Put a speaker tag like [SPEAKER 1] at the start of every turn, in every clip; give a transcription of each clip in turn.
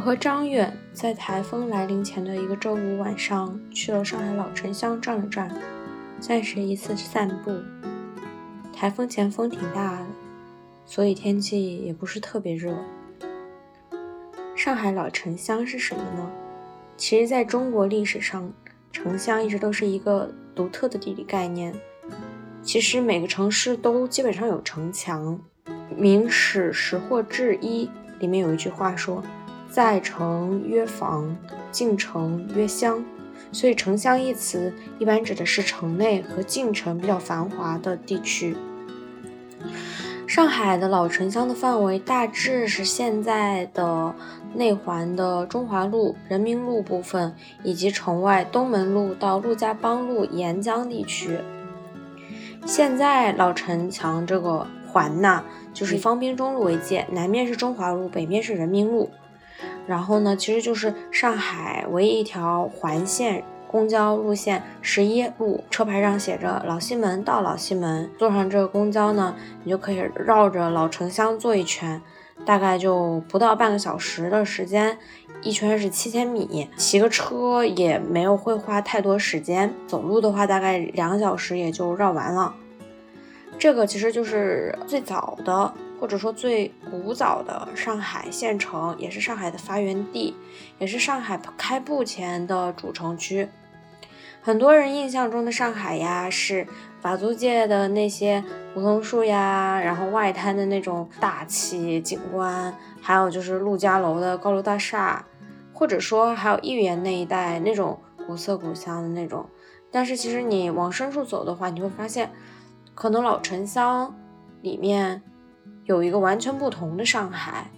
[SPEAKER 1] 和张远在台风来临前的一个周五晚上，去了上海老城厢转了转，算是一次散步。台风前风挺大的，所以天气也不是特别热。上海老城厢是什么呢？其实，在中国历史上，城乡一直都是一个独特的地理概念。其实每个城市都基本上有城墙，《明史识货志一》里面有一句话说：“在城曰房，进城曰乡。”所以“城乡”一词一般指的是城内和近城比较繁华的地区。上海的老城乡的范围大致是现在的内环的中华路、人民路部分，以及城外东门路到陆家浜路沿江地区。现在老城墙这个环呐，就是以方滨中路为界，南面是中华路，北面是人民路。然后呢，其实就是上海唯一一条环线公交路线十一路，车牌上写着老西门到老西门，坐上这个公交呢，你就可以绕着老城厢坐一圈，大概就不到半个小时的时间，一圈是七千米，骑个车也没有会花太多时间，走路的话大概两个小时也就绕完了。这个其实就是最早的，或者说最古早的上海县城，也是上海的发源地，也是上海开埠前的主城区。很多人印象中的上海呀，是法租界的那些梧桐树呀，然后外滩的那种大气景观，还有就是陆家楼的高楼大厦，或者说还有豫园那一带那种古色古香的那种。但是其实你往深处走的话，你会发现。可能老城乡里面有一个完全不同的上海，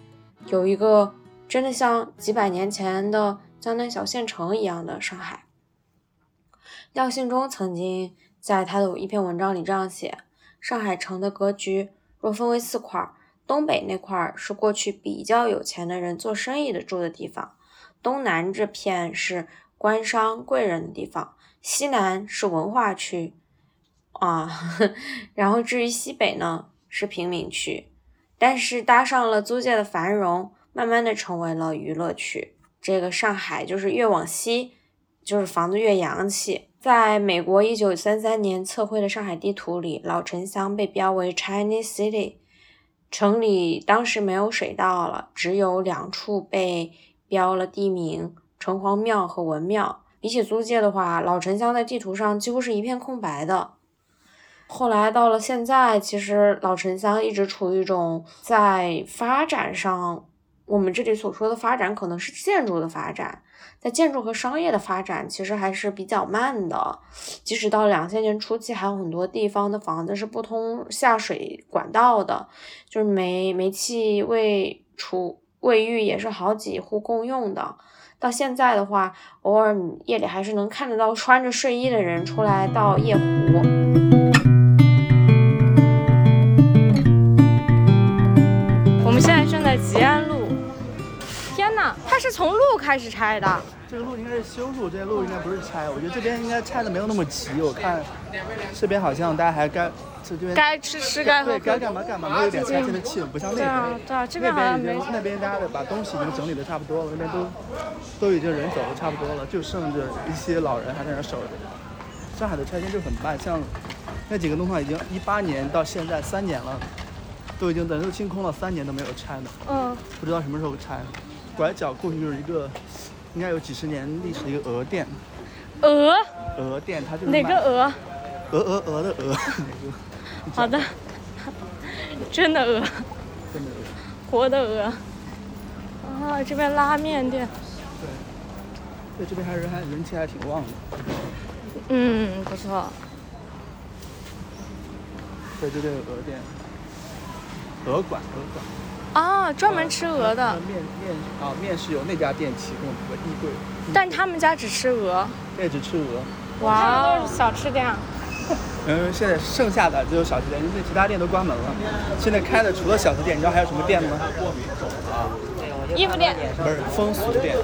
[SPEAKER 1] 有一个真的像几百年前的江南小县城一样的上海。廖信忠曾经在他的一篇文章里这样写：上海城的格局若分为四块，东北那块是过去比较有钱的人做生意的住的地方，东南这片是官商贵人的地方，西南是文化区。啊， 然后至于西北呢，是贫民区，但是搭上了租界的繁荣，慢慢的成为了娱乐区。这个上海就是越往西，就是房子越洋气。在美国一九三三年测绘的上海地图里，老城乡被标为 Chinese City，城里当时没有水道了，只有两处被标了地名：城隍庙和文庙。比起租界的话，老城乡在地图上几乎是一片空白的。后来到了现在，其实老城乡一直处于一种在发展上，我们这里所说的发展可能是建筑的发展，在建筑和商业的发展其实还是比较慢的。即使到两千年初期，还有很多地方的房子是不通下水管道的，就是煤煤气卫厨卫浴也是好几户共用的。到现在的话，偶尔夜里还是能看得到穿着睡衣的人出来到夜壶。吉安路，天哪，它是从路开始拆的。
[SPEAKER 2] 这个路应该是修路，这个路应该不是拆。我觉得这边应该拆的没有那么齐。我看这边好像大家还该这边
[SPEAKER 1] 该吃吃该喝
[SPEAKER 2] 该干嘛干嘛，没有一点拆迁的气氛，不像那边。对
[SPEAKER 1] 啊，对啊，这边好像没。
[SPEAKER 2] 那边大家把东西已经整理的差不多了，那边都都已经人走的差不多了，就剩着一些老人还在那守着。上海的拆迁就很慢，像那几个弄堂已经一八年到现在三年了。都已经等于清空了三年都没有拆呢，
[SPEAKER 1] 嗯，
[SPEAKER 2] 不知道什么时候拆。拐角过去就是一个，应该有几十年历史的一个鹅店。
[SPEAKER 1] 鹅？
[SPEAKER 2] 鹅店，它就是
[SPEAKER 1] 哪个鹅？
[SPEAKER 2] 鹅鹅鹅的鹅。
[SPEAKER 1] 好的，真的鹅。
[SPEAKER 2] 真的鹅。
[SPEAKER 1] 活的鹅。啊，这边拉面店。
[SPEAKER 2] 对。对，这边还人还人气还挺旺的。
[SPEAKER 1] 嗯，不错。
[SPEAKER 2] 对对对，鹅店。鹅馆，鹅馆
[SPEAKER 1] 啊，专门吃鹅的。
[SPEAKER 2] 面面啊，面是由那家店提供的衣柜，
[SPEAKER 1] 但他们家只吃鹅。
[SPEAKER 2] 对，只吃鹅。
[SPEAKER 1] 哇，
[SPEAKER 3] 都是小吃店。
[SPEAKER 2] 嗯，现在剩下的只有小吃店，因为其他店都关门了。现在开的除了小吃店，你知道还有什么店吗？啊
[SPEAKER 3] 衣服店。
[SPEAKER 2] 不是风俗店。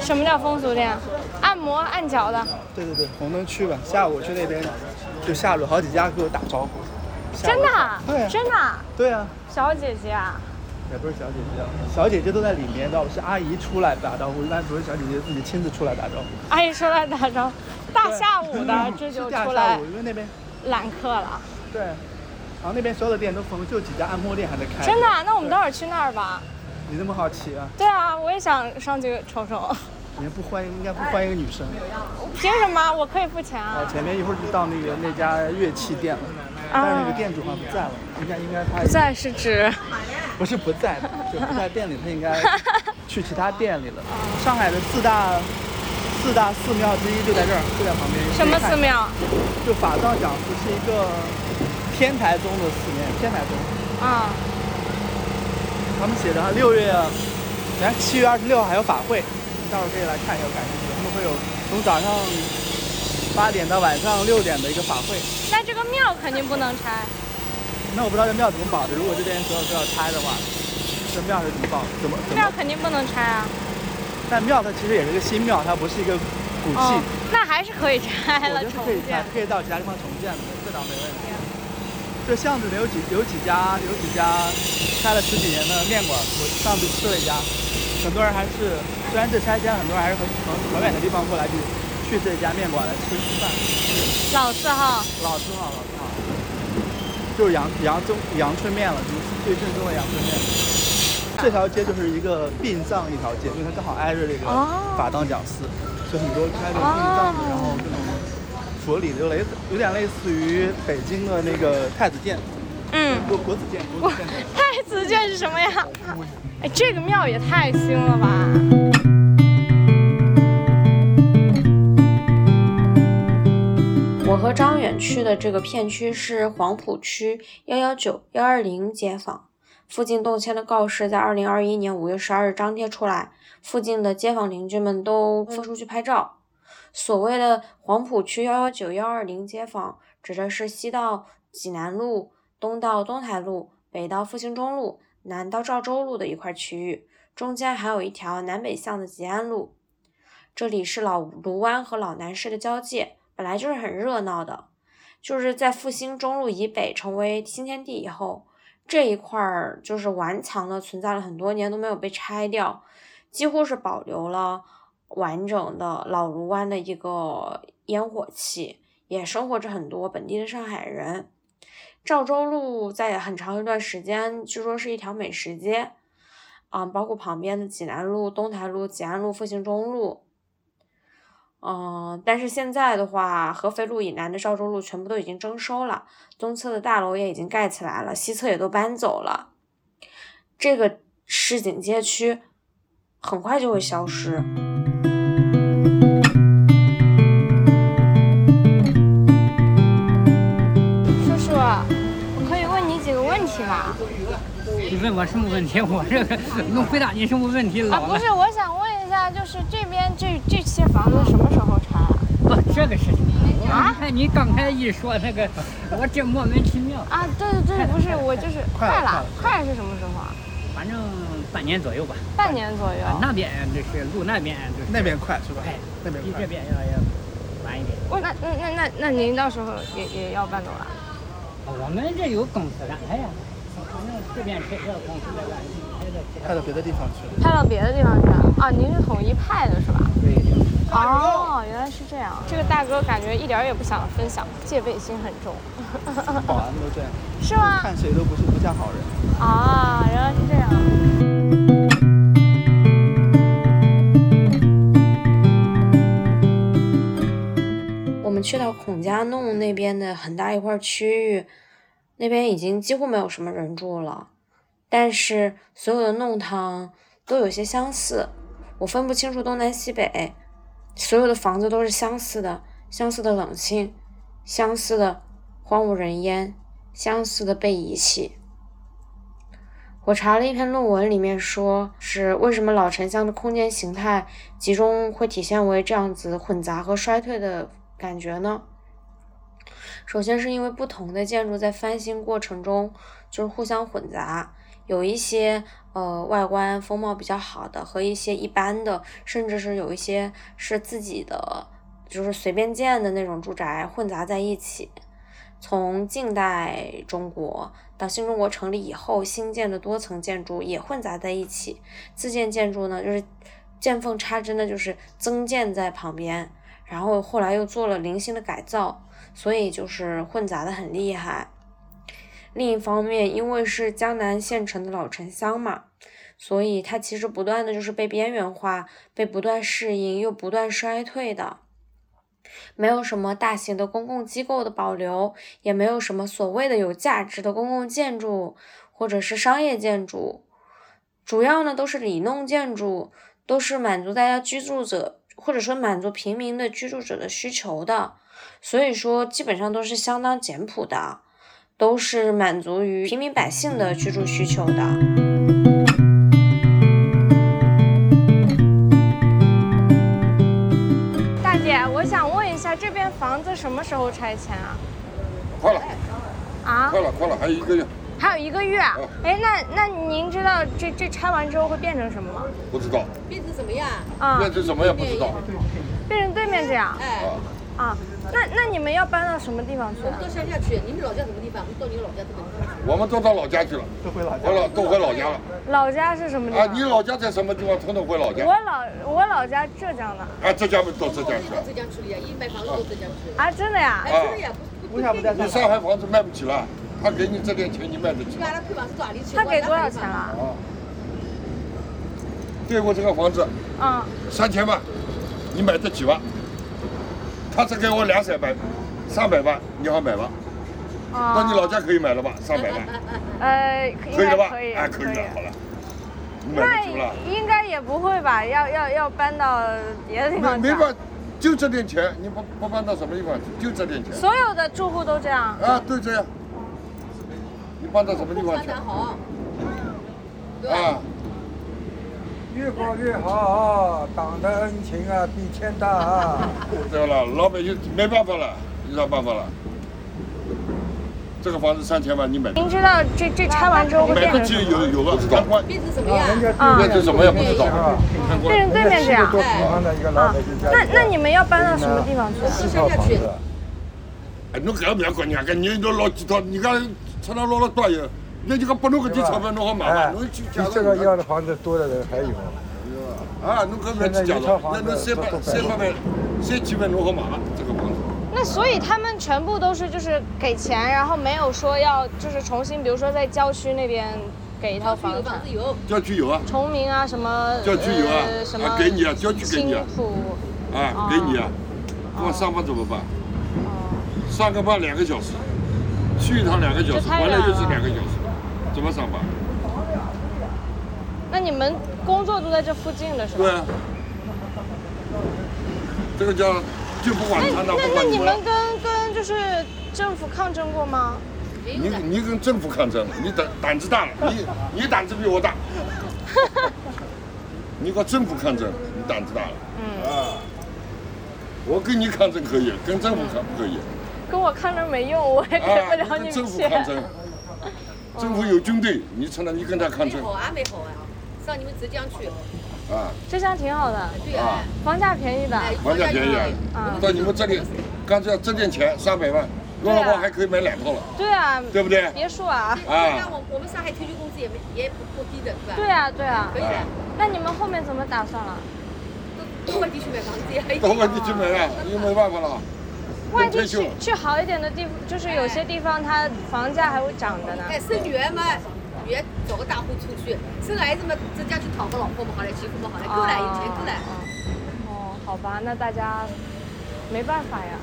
[SPEAKER 3] 什么叫风俗店？按摩按脚的。
[SPEAKER 2] 对对对，红灯区吧。下午我去那边，就下路好几家给我打招呼。
[SPEAKER 3] 真的、
[SPEAKER 2] 啊？对、啊，
[SPEAKER 3] 真的、啊。
[SPEAKER 2] 对啊，
[SPEAKER 3] 小姐姐啊。
[SPEAKER 2] 也不是小姐姐，小姐姐都在里面的，是阿姨出来打招呼，那不是小姐姐自己亲自出来打招呼。
[SPEAKER 3] 阿姨出来打招呼，大下午的这就是
[SPEAKER 2] 大
[SPEAKER 3] 出
[SPEAKER 2] 啊嗯下
[SPEAKER 3] 来
[SPEAKER 2] 午，因为那边
[SPEAKER 3] 揽客了。
[SPEAKER 2] 对，然后那边所有的店都封，就几家按摩店还在开。
[SPEAKER 3] 真的啊、那我们待会儿去那儿吧。
[SPEAKER 2] 你那么好奇啊？
[SPEAKER 3] 对啊，我也想上去瞅瞅。
[SPEAKER 2] 你不欢迎，应该不欢迎个女生。
[SPEAKER 3] 凭什么？我可以付钱
[SPEAKER 2] 啊，
[SPEAKER 3] 啊。
[SPEAKER 2] 前面一会儿就到那个那家乐器店了，哦但是那个店主好像不在了，应该应该
[SPEAKER 3] 不
[SPEAKER 2] 他已经
[SPEAKER 3] 在是指
[SPEAKER 2] 不是不 在，就不在店里，他应该去其他店里了。上海的四大四大寺庙之一就在这儿，就在旁边。
[SPEAKER 3] 什么寺？庙
[SPEAKER 2] 就法藏讲寺是一个天台宗的寺庙，天台宗。
[SPEAKER 3] 啊？
[SPEAKER 2] 他们写的六月，然后七月二十六还有法会，到时候可以来看一下，有感兴趣。他们会有从早上八点到晚上六点的一个法会。
[SPEAKER 3] 那这个庙肯定不能拆。
[SPEAKER 2] 那我不知道这庙怎么保的，如果这边所有都要拆的话，这庙是怎么保？怎么怎
[SPEAKER 3] 庙
[SPEAKER 2] 么？
[SPEAKER 3] 肯定不能拆啊！
[SPEAKER 2] 但庙它其实也是个新庙，它不是一个古迹。
[SPEAKER 3] 哦，那还是可以拆
[SPEAKER 2] 我
[SPEAKER 3] 了
[SPEAKER 2] 觉得是
[SPEAKER 3] 重
[SPEAKER 2] 可以
[SPEAKER 3] 建
[SPEAKER 2] 拆，。可以到其他地方重建的，这倒没问题。这巷子里有几有几家有几家开了十几年的面馆，我上次吃了一家，很多人还是虽然这拆迁，很多人还是很很很远的地方过来去去这家面馆来吃饭。
[SPEAKER 3] 老字号，
[SPEAKER 2] 老字号，老字号，就是阳阳州阳春面了，就是最正宗的阳春面。这条街就是一个殡葬一条街，因为它刚好挨着这个
[SPEAKER 3] 哦
[SPEAKER 2] 法当讲寺，所以很多开这种殡葬的，然后这种佛理就类似，有点类似于北京的那个太子殿，
[SPEAKER 3] 嗯，
[SPEAKER 2] 国国子监，国子监。
[SPEAKER 3] 太子殿是什么呀？哎，这个庙也太新了吧！
[SPEAKER 1] 我和张远去的这个片区是黄浦区幺幺九幺二零街坊，附近动迁的告示在二零二一年五月十二日张贴出来，附近的街坊邻居们都纷出去拍照。所谓的黄浦区幺幺九幺二零街坊，指的是西到济南路、东到东台路、北到复兴中路、南到赵州路的一块区域，中间还有一条南北向的吉安路。这里是老卢湾和老南市的交界，本来就是很热闹的。就是在复兴中路以北成为新天地以后，这一块儿就是顽强的存在了很多年都没有被拆掉，几乎是保留了完整的老卢湾的一个烟火气，也生活着很多本地的上海人。赵州路在很长一段时间，据说是一条美食街，啊，包括旁边的济南路、东台路、吉安路、复兴中路，嗯，但是现在的话，合肥路以南的赵州路全部都已经征收了，东侧的大楼也已经盖起来了，西侧也都搬走了。这个市井街区很快就会消失。
[SPEAKER 3] 叔叔，我可以问你几个问题吗？
[SPEAKER 4] 你问我什么问题？ 我这个能回答你什么问题？
[SPEAKER 3] 啊，
[SPEAKER 4] 老
[SPEAKER 3] 不
[SPEAKER 4] 了，
[SPEAKER 3] 是，我想问一下，就是这边这这些房子什么时候拆啊？
[SPEAKER 4] 不这个事情啊！你看你刚才一说那个，我这莫名其妙。
[SPEAKER 3] 啊，对对对，不是，我就是
[SPEAKER 2] 快了
[SPEAKER 3] 快了，快了是什么时候啊？
[SPEAKER 4] 反正半年左右吧。
[SPEAKER 3] 半年左
[SPEAKER 5] 啊
[SPEAKER 3] 右。
[SPEAKER 4] 那边就是路那边就是
[SPEAKER 2] 那边快是吧
[SPEAKER 4] 快？，
[SPEAKER 2] 那边
[SPEAKER 4] 比
[SPEAKER 2] 快
[SPEAKER 4] 这。边要要晚一点。
[SPEAKER 3] 我那那那那那您到时候也也要搬走了？
[SPEAKER 4] 我们这有公司安排呀，反正这边拆这公司那边拆这拆
[SPEAKER 2] 开到别的地方去了。
[SPEAKER 3] 派到别的地方去了？啊，您是统一派的是吧？
[SPEAKER 4] 对
[SPEAKER 3] 哦，原来是这样。这个大哥感觉一点儿也不想分享，戒备心很重，
[SPEAKER 2] 保安都这样，
[SPEAKER 3] 是 吗？
[SPEAKER 2] 看谁都不是不像好人。
[SPEAKER 3] 啊，原来是这样。
[SPEAKER 1] 我们去到孔家弄那边的很大一块区域，那边已经几乎没有什么人住了，但是所有的弄堂都有些相似，我分不清楚东南西北，所有的房子都是相似的，相似的冷清，相似的荒无人烟，相似的被遗弃。我查了一篇论文，里面说是为什么老城乡的空间形态集中会体现为这样子混杂和衰退的感觉呢？首先是因为不同的建筑在翻新过程中就是互相混杂，有一些呃外观风貌比较好的和一些一般的，甚至是有一些是自己的，就是随便建的那种住宅混杂在一起。从近代中国到新中国成立以后新建的多层建筑也混杂在一起。自建建筑呢，就是见缝插针的，就是增建在旁边，然后后来又做了零星的改造，所以就是混杂的很厉害。另一方面，因为是江南县城的老城乡嘛，所以它其实不断的就是被边缘化、被不断适应又不断衰退的。没有什么大型的公共机构的保留，也没有什么所谓的有价值的公共建筑或者是商业建筑，主要呢都是里弄建筑，都是满足大家居住者或者说满足平民的居住者的需求的，所以说基本上都是相当简朴的，都是满足于平民百姓的居住需求的。
[SPEAKER 3] 大姐，我想问一下，这边房子什么时候拆迁啊？
[SPEAKER 6] 快了，
[SPEAKER 3] 啊
[SPEAKER 6] 快，了，快了，还有一个月，
[SPEAKER 3] 还有一个月啊
[SPEAKER 6] 嗯。
[SPEAKER 3] 哎，那那您知道这这拆完之后会变成什么吗？
[SPEAKER 6] 不知道
[SPEAKER 7] 变成怎么样？
[SPEAKER 3] 啊，
[SPEAKER 6] 变成什么也不知道
[SPEAKER 3] 变成对面这样
[SPEAKER 7] 哎，
[SPEAKER 6] 啊。
[SPEAKER 3] 啊？那那你们要搬到什么地方去啊？
[SPEAKER 7] 到乡下去，你们老家什么地方？我们到你老家这个地方。
[SPEAKER 6] 我们都到老家去了，
[SPEAKER 2] 都回老家
[SPEAKER 6] 回。老都回老家了
[SPEAKER 3] 老家是什么地
[SPEAKER 6] 啊！你
[SPEAKER 3] 方？
[SPEAKER 6] 老家在什么地方？统统回老家
[SPEAKER 3] 我老我老家浙江的
[SPEAKER 6] 啊！浙江到浙江去
[SPEAKER 7] 到
[SPEAKER 6] 了，
[SPEAKER 7] 浙江去了呀，一买房子到浙江去。
[SPEAKER 3] 啊，真的呀？
[SPEAKER 7] 哎，真的呀，不不
[SPEAKER 2] 为啥不在
[SPEAKER 6] 你
[SPEAKER 2] 上
[SPEAKER 6] 上
[SPEAKER 2] 海？
[SPEAKER 6] 海房子卖不起了，他给你这点钱，你卖得起
[SPEAKER 7] 你
[SPEAKER 6] 吗
[SPEAKER 7] 把？他配房是哪里去？
[SPEAKER 3] 他给多少钱？了？
[SPEAKER 6] 啊！对我这个房子
[SPEAKER 3] 嗯，
[SPEAKER 6] 三千万，你买得起吧？他只给我两三百，三百万，你好买吧？
[SPEAKER 3] 啊
[SPEAKER 6] 那你老家可以买了吧？三百万，
[SPEAKER 3] 呃，应
[SPEAKER 6] 可以了
[SPEAKER 3] 该
[SPEAKER 6] 吧？
[SPEAKER 3] 可以，啊
[SPEAKER 6] 哎，可以了，好了，你买
[SPEAKER 3] 那
[SPEAKER 6] 得起不啦？
[SPEAKER 3] 应该也不会吧？要要要搬到别的地
[SPEAKER 6] 没
[SPEAKER 3] 方去
[SPEAKER 6] 没
[SPEAKER 3] 啊？
[SPEAKER 6] 办，就这点钱，你不不搬到什么地方去？就这点钱
[SPEAKER 3] 所有的住户都这样？
[SPEAKER 6] 啊，对这样，你搬到什么地方
[SPEAKER 7] 发
[SPEAKER 6] 去？
[SPEAKER 7] 展好，
[SPEAKER 6] 啊，
[SPEAKER 8] 越搞越好啊！党的恩情啊，比天大啊！
[SPEAKER 6] 对了，老百姓没办法了，有啥办法了？这个房子三千万，你买
[SPEAKER 3] 您知道这这拆完之后会
[SPEAKER 6] 买
[SPEAKER 3] 变
[SPEAKER 6] 得
[SPEAKER 3] 成
[SPEAKER 6] 起
[SPEAKER 3] 什么？
[SPEAKER 6] 有有个贪官，
[SPEAKER 7] 变成什么
[SPEAKER 8] 啊人家
[SPEAKER 7] 样？
[SPEAKER 3] 啊
[SPEAKER 8] 对
[SPEAKER 6] 那
[SPEAKER 8] 面
[SPEAKER 6] 是什么也不知道
[SPEAKER 8] 是吧？
[SPEAKER 6] 贪
[SPEAKER 3] 变
[SPEAKER 6] 官
[SPEAKER 3] 成对面这样
[SPEAKER 8] 多平方的一个老
[SPEAKER 3] 啊
[SPEAKER 8] 百姓？家
[SPEAKER 3] 那
[SPEAKER 8] 里
[SPEAKER 3] 那你们要搬到什么地方去啊？
[SPEAKER 8] 四套房子，
[SPEAKER 6] 哎，侬搿勿要管人家，搿人都老几套，人家出来捞了多有，那就讲拨侬搿点钞票，侬好买嘛，
[SPEAKER 8] 哎，
[SPEAKER 6] 侬去
[SPEAKER 8] 比
[SPEAKER 6] 假
[SPEAKER 8] 这个要
[SPEAKER 6] 装
[SPEAKER 8] 的房子多的人还有，
[SPEAKER 6] 啊，侬搿勿要去假装，那侬三百三百万、三千万侬好买伐？这个房子。
[SPEAKER 3] 那所以他们全部都是就是给钱，然后没有说要就是重新，比如说在郊区那边给一套房
[SPEAKER 7] 有
[SPEAKER 3] 子，
[SPEAKER 7] 房子有，
[SPEAKER 6] 郊区有啊，
[SPEAKER 3] 崇明啊什么，
[SPEAKER 6] 郊区有啊
[SPEAKER 3] 呃、什么
[SPEAKER 6] 啊给你啊郊区给你啊
[SPEAKER 3] 青浦，
[SPEAKER 6] 啊，给你啊，
[SPEAKER 3] 哦
[SPEAKER 6] 我上班怎么办？上个班两个小时，去一趟两个小
[SPEAKER 3] 这
[SPEAKER 6] 时，
[SPEAKER 3] 太
[SPEAKER 6] 回来
[SPEAKER 3] 远
[SPEAKER 6] 又是
[SPEAKER 3] 哦了
[SPEAKER 6] 两个小时，怎么上班？
[SPEAKER 3] 那你们工作都在这附近的是吧？
[SPEAKER 6] 对啊，这个叫就不管他
[SPEAKER 3] 那
[SPEAKER 6] 那不
[SPEAKER 3] 那
[SPEAKER 6] 管
[SPEAKER 3] 你
[SPEAKER 6] 你
[SPEAKER 3] 们跟跟就是政府抗争过吗？
[SPEAKER 7] 没有
[SPEAKER 6] 你
[SPEAKER 7] 的。
[SPEAKER 6] 你跟政府抗争，你胆胆子大了，你你胆子比我 大。你跟政府抗争，你胆子大了。
[SPEAKER 3] 嗯
[SPEAKER 6] 啊，我跟你抗争可以，跟政府抗不可以。
[SPEAKER 3] 跟我抗争没用，我也给
[SPEAKER 6] 啊，
[SPEAKER 3] 不了
[SPEAKER 6] 你
[SPEAKER 3] 你们
[SPEAKER 6] 跟政府
[SPEAKER 3] 钱。
[SPEAKER 6] 抗争，政府有军队，你成了你跟他抗
[SPEAKER 7] 没
[SPEAKER 6] 争
[SPEAKER 7] 好啊，没好啊，上你们浙江去。
[SPEAKER 6] 啊，
[SPEAKER 3] 浙江挺好的，
[SPEAKER 7] 对啊，
[SPEAKER 3] 房价便宜的。
[SPEAKER 7] 哎，
[SPEAKER 6] 房价便宜
[SPEAKER 3] 啊
[SPEAKER 6] 啊，到你们这里，刚才这点钱三百万，
[SPEAKER 3] 对
[SPEAKER 6] 弄
[SPEAKER 3] 啊
[SPEAKER 6] 好还可以买两套了，
[SPEAKER 3] 对啊，
[SPEAKER 6] 对不对？
[SPEAKER 3] 别墅啊。
[SPEAKER 7] 那我我们上海退休工资也没也不不低的，是吧？
[SPEAKER 3] 对，啊，对啊
[SPEAKER 7] 可。以的，
[SPEAKER 3] 那你们后面怎么打算啊了？
[SPEAKER 7] 到到外地去买房子呀。
[SPEAKER 6] 到外地去买了，又没办法了，
[SPEAKER 3] 外
[SPEAKER 6] 都
[SPEAKER 3] 地
[SPEAKER 6] 退休
[SPEAKER 3] 去
[SPEAKER 6] 了。
[SPEAKER 3] 去好一点的地方，就是有些地方它房价还会涨着呢。
[SPEAKER 7] 哎，生女儿嘛，女儿找个大户出去，生儿子嘛，在家去讨个老婆嘛，好了，媳妇嘛，好了，够了，有钱够了。
[SPEAKER 3] 哦哦，好吧，那大家没办法 呀。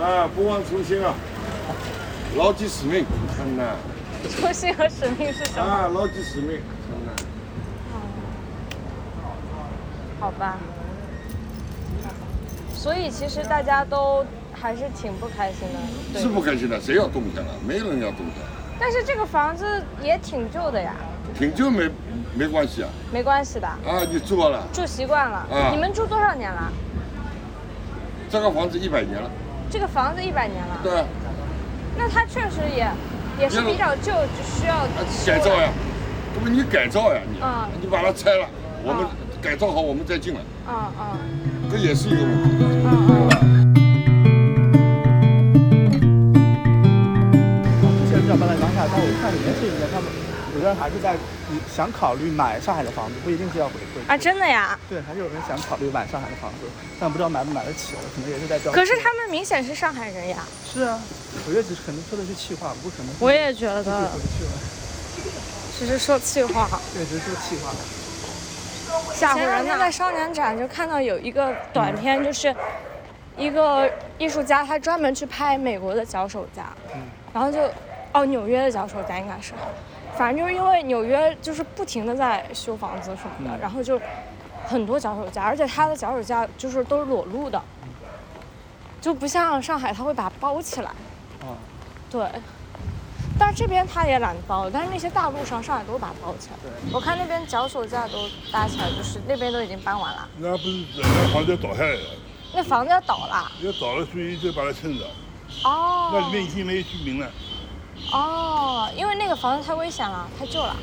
[SPEAKER 6] 啊，不忘初心啊，牢记使命，很难
[SPEAKER 3] 初心和使命是什么？
[SPEAKER 6] 啊，牢记使命，很难。
[SPEAKER 3] 好吧。所以其实大家都还是挺不开心的，对
[SPEAKER 6] 是。不开心的，谁要动钱了？没人要动钱，
[SPEAKER 3] 但是这个房子也挺旧的呀，
[SPEAKER 6] 挺就没没关系啊，
[SPEAKER 3] 没关系的，
[SPEAKER 6] 啊，你住好了，
[SPEAKER 3] 住习惯了。
[SPEAKER 6] 嗯
[SPEAKER 3] 你们住多少年了？
[SPEAKER 6] 这个房子一百年了，
[SPEAKER 3] 这个房子一百年了，
[SPEAKER 6] 对啊，
[SPEAKER 3] 那它确实也也是比较旧，只需要
[SPEAKER 6] 啊改造呀，这不你改造呀，你、
[SPEAKER 3] 嗯
[SPEAKER 6] 你把它拆了，我们
[SPEAKER 3] 嗯
[SPEAKER 6] 改造好，我们再进来，
[SPEAKER 3] 嗯嗯
[SPEAKER 6] 这也是一个问题。
[SPEAKER 3] 嗯嗯。
[SPEAKER 2] 长搬来南海，但我看里面这几年他们有的人还是在想考虑买上海的房子，不一定是要回归。
[SPEAKER 3] 啊，真的呀？
[SPEAKER 2] 对，还是有人想考虑买上海的房子，但不知道买不买得起了，可能也是在交。
[SPEAKER 3] 可是他们明显是上海人呀，
[SPEAKER 2] 是啊，我觉得只是可能说的是气话，不可能。
[SPEAKER 3] 我也觉
[SPEAKER 2] 不是
[SPEAKER 3] 得
[SPEAKER 2] 回去了，
[SPEAKER 3] 只是说气话。
[SPEAKER 2] 对，只是说气话。
[SPEAKER 3] 前两天在双年展就看到有一个短片，就是一个艺术家，他专门去拍美国的脚手架，然后就哦纽约的脚手架应该是，反正就是因为纽约就是不停的在修房子什么的，
[SPEAKER 2] 嗯
[SPEAKER 3] 然后就很多脚手架，而且他的脚手架就是都是裸露的，就不像上海他会把它包起来，
[SPEAKER 2] 啊，
[SPEAKER 3] 对。但这边他也懒得包，但是那些大路上上海都把它包起来。
[SPEAKER 2] 对，
[SPEAKER 3] 我看那边脚手架都搭起来，就是那边都已经搬完了，
[SPEAKER 9] 那不是人家房子要倒下来了，
[SPEAKER 3] 那房子要倒了。
[SPEAKER 9] 要倒了，所以就把它撑着。
[SPEAKER 3] 哦，
[SPEAKER 9] 那里面已经没有居民了，
[SPEAKER 3] 哦，因为那个房子太危险了，太旧了。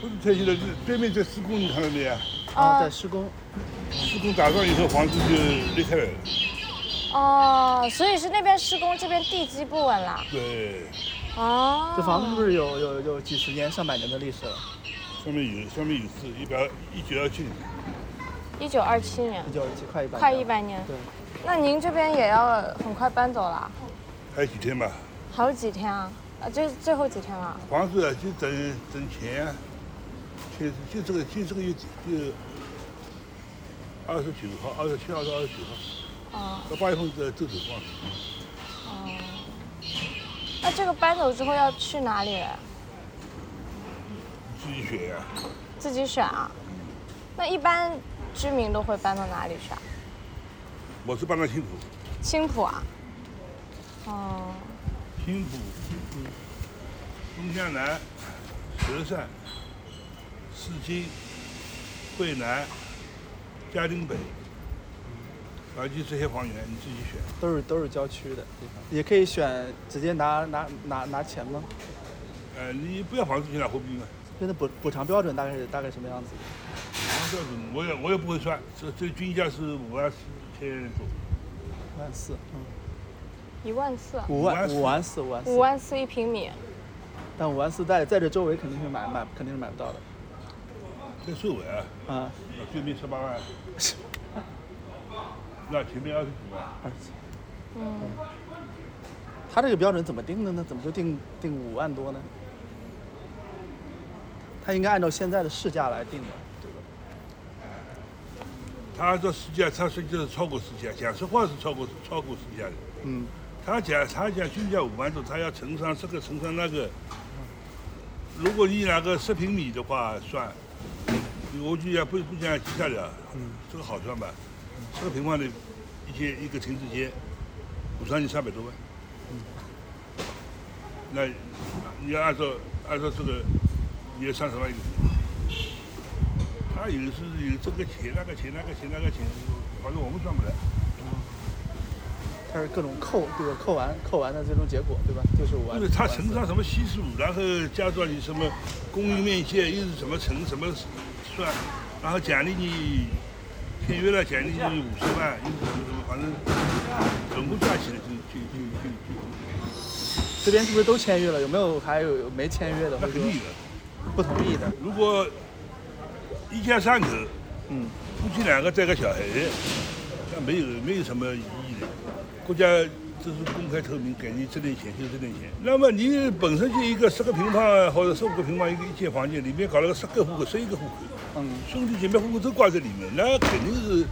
[SPEAKER 9] 不是拆迁的，是对面在施工，你看到没啊？
[SPEAKER 2] 然后在
[SPEAKER 3] 呃
[SPEAKER 2] 施工，
[SPEAKER 9] 施工打仗以后，房子就裂开来了。
[SPEAKER 3] 哦，所以是那边施工，这边地基不稳了。
[SPEAKER 9] 对，
[SPEAKER 3] 哦，
[SPEAKER 2] 这房子是不是有有有几十年、上百年的历史了？
[SPEAKER 9] 上面有上面有字，一百一九二七年，
[SPEAKER 3] 一九二七年，
[SPEAKER 2] 一九二七，快一百，
[SPEAKER 3] 快一。百年。
[SPEAKER 2] 对，
[SPEAKER 3] 那您这边也要很快搬走了，
[SPEAKER 9] 还有几天吧。
[SPEAKER 3] 还有几天啊？啊，就最后几天了。
[SPEAKER 9] 房子啊，就等等钱啊，就就这个就这个月底就二十九号、二十七号到二十九号，
[SPEAKER 3] 哦，
[SPEAKER 9] 到八月份再走走光。
[SPEAKER 3] 那这个搬走之后要去哪里？
[SPEAKER 9] 自己选呀、
[SPEAKER 3] 自己选啊。那一般居民都会搬到哪里去啊？
[SPEAKER 9] 我是搬到青浦，
[SPEAKER 3] 青浦啊。哦，
[SPEAKER 9] 青浦，东江南、佘山、四金、桂南、嘉定北，反正就这些房源你自己选。
[SPEAKER 2] 都是都是郊区的地方，也可以选直接拿拿拿拿钱吗？
[SPEAKER 9] 呃，你不要房子就拿货币嘛，
[SPEAKER 2] 现在补补偿标准大概是大概什么样子？
[SPEAKER 9] 房标准啊我也我也不会算，这这均价是五万四千多。
[SPEAKER 2] 五万四，嗯，
[SPEAKER 3] 一万四，
[SPEAKER 2] 五
[SPEAKER 9] 万
[SPEAKER 2] 万五万四五万四，
[SPEAKER 3] 五万四一平米。
[SPEAKER 2] 但五万四在在这周围肯定是买买肯定是买不到的。
[SPEAKER 9] 在收尾啊，
[SPEAKER 2] 啊，
[SPEAKER 9] 那对面十八万，那前面二十几万，
[SPEAKER 2] 二十。嗯。他这个标准怎么定的呢？怎么就定定五万多呢？他应该按照现在的市价来定的，对吧？
[SPEAKER 9] 他按照市价，他实际上是超过市价，讲实话是超过超过市价的。
[SPEAKER 2] 嗯，
[SPEAKER 9] 他讲他讲均价五万多，他要乘上这个乘上那个。如果你拿个十平米的话算，我就要不不讲其他的啊，这个好算吧，十个平方的一间一个亭子间，补上你三百多万。那你要按照按照这个，你要三十万一个平方。他有的是有这个钱那个钱那个钱那个钱，反正我们算不来。
[SPEAKER 2] 他是各种扣，对吧？扣完扣完的最终结果，对吧？就是五万
[SPEAKER 9] 因为
[SPEAKER 2] 四。
[SPEAKER 9] 它
[SPEAKER 2] 五万四
[SPEAKER 9] 乘上什么系数，然后加上你什么供应面线，又是什么乘什么算，然后奖励你签约了，奖励你五十万，又是什么什么，反正总共加起来就就就就就，
[SPEAKER 2] 这边是不是都签约了？有没有还有有没签约的，
[SPEAKER 9] 那
[SPEAKER 2] 或者
[SPEAKER 9] 肯定有
[SPEAKER 2] 说
[SPEAKER 9] 的。
[SPEAKER 2] 不同意的？
[SPEAKER 9] 如果一家三口，
[SPEAKER 2] 嗯，
[SPEAKER 9] 夫妻两个带个小孩，那没有没有什么疑义的。国家这是公开透明，给你这点钱就这点钱。那么你本身就一个十个平方或者十五个平方一个一间房间，里面搞了个十个户口、十一个户口，
[SPEAKER 2] 嗯，
[SPEAKER 9] 兄弟姐妹户口都挂在里面，那肯定是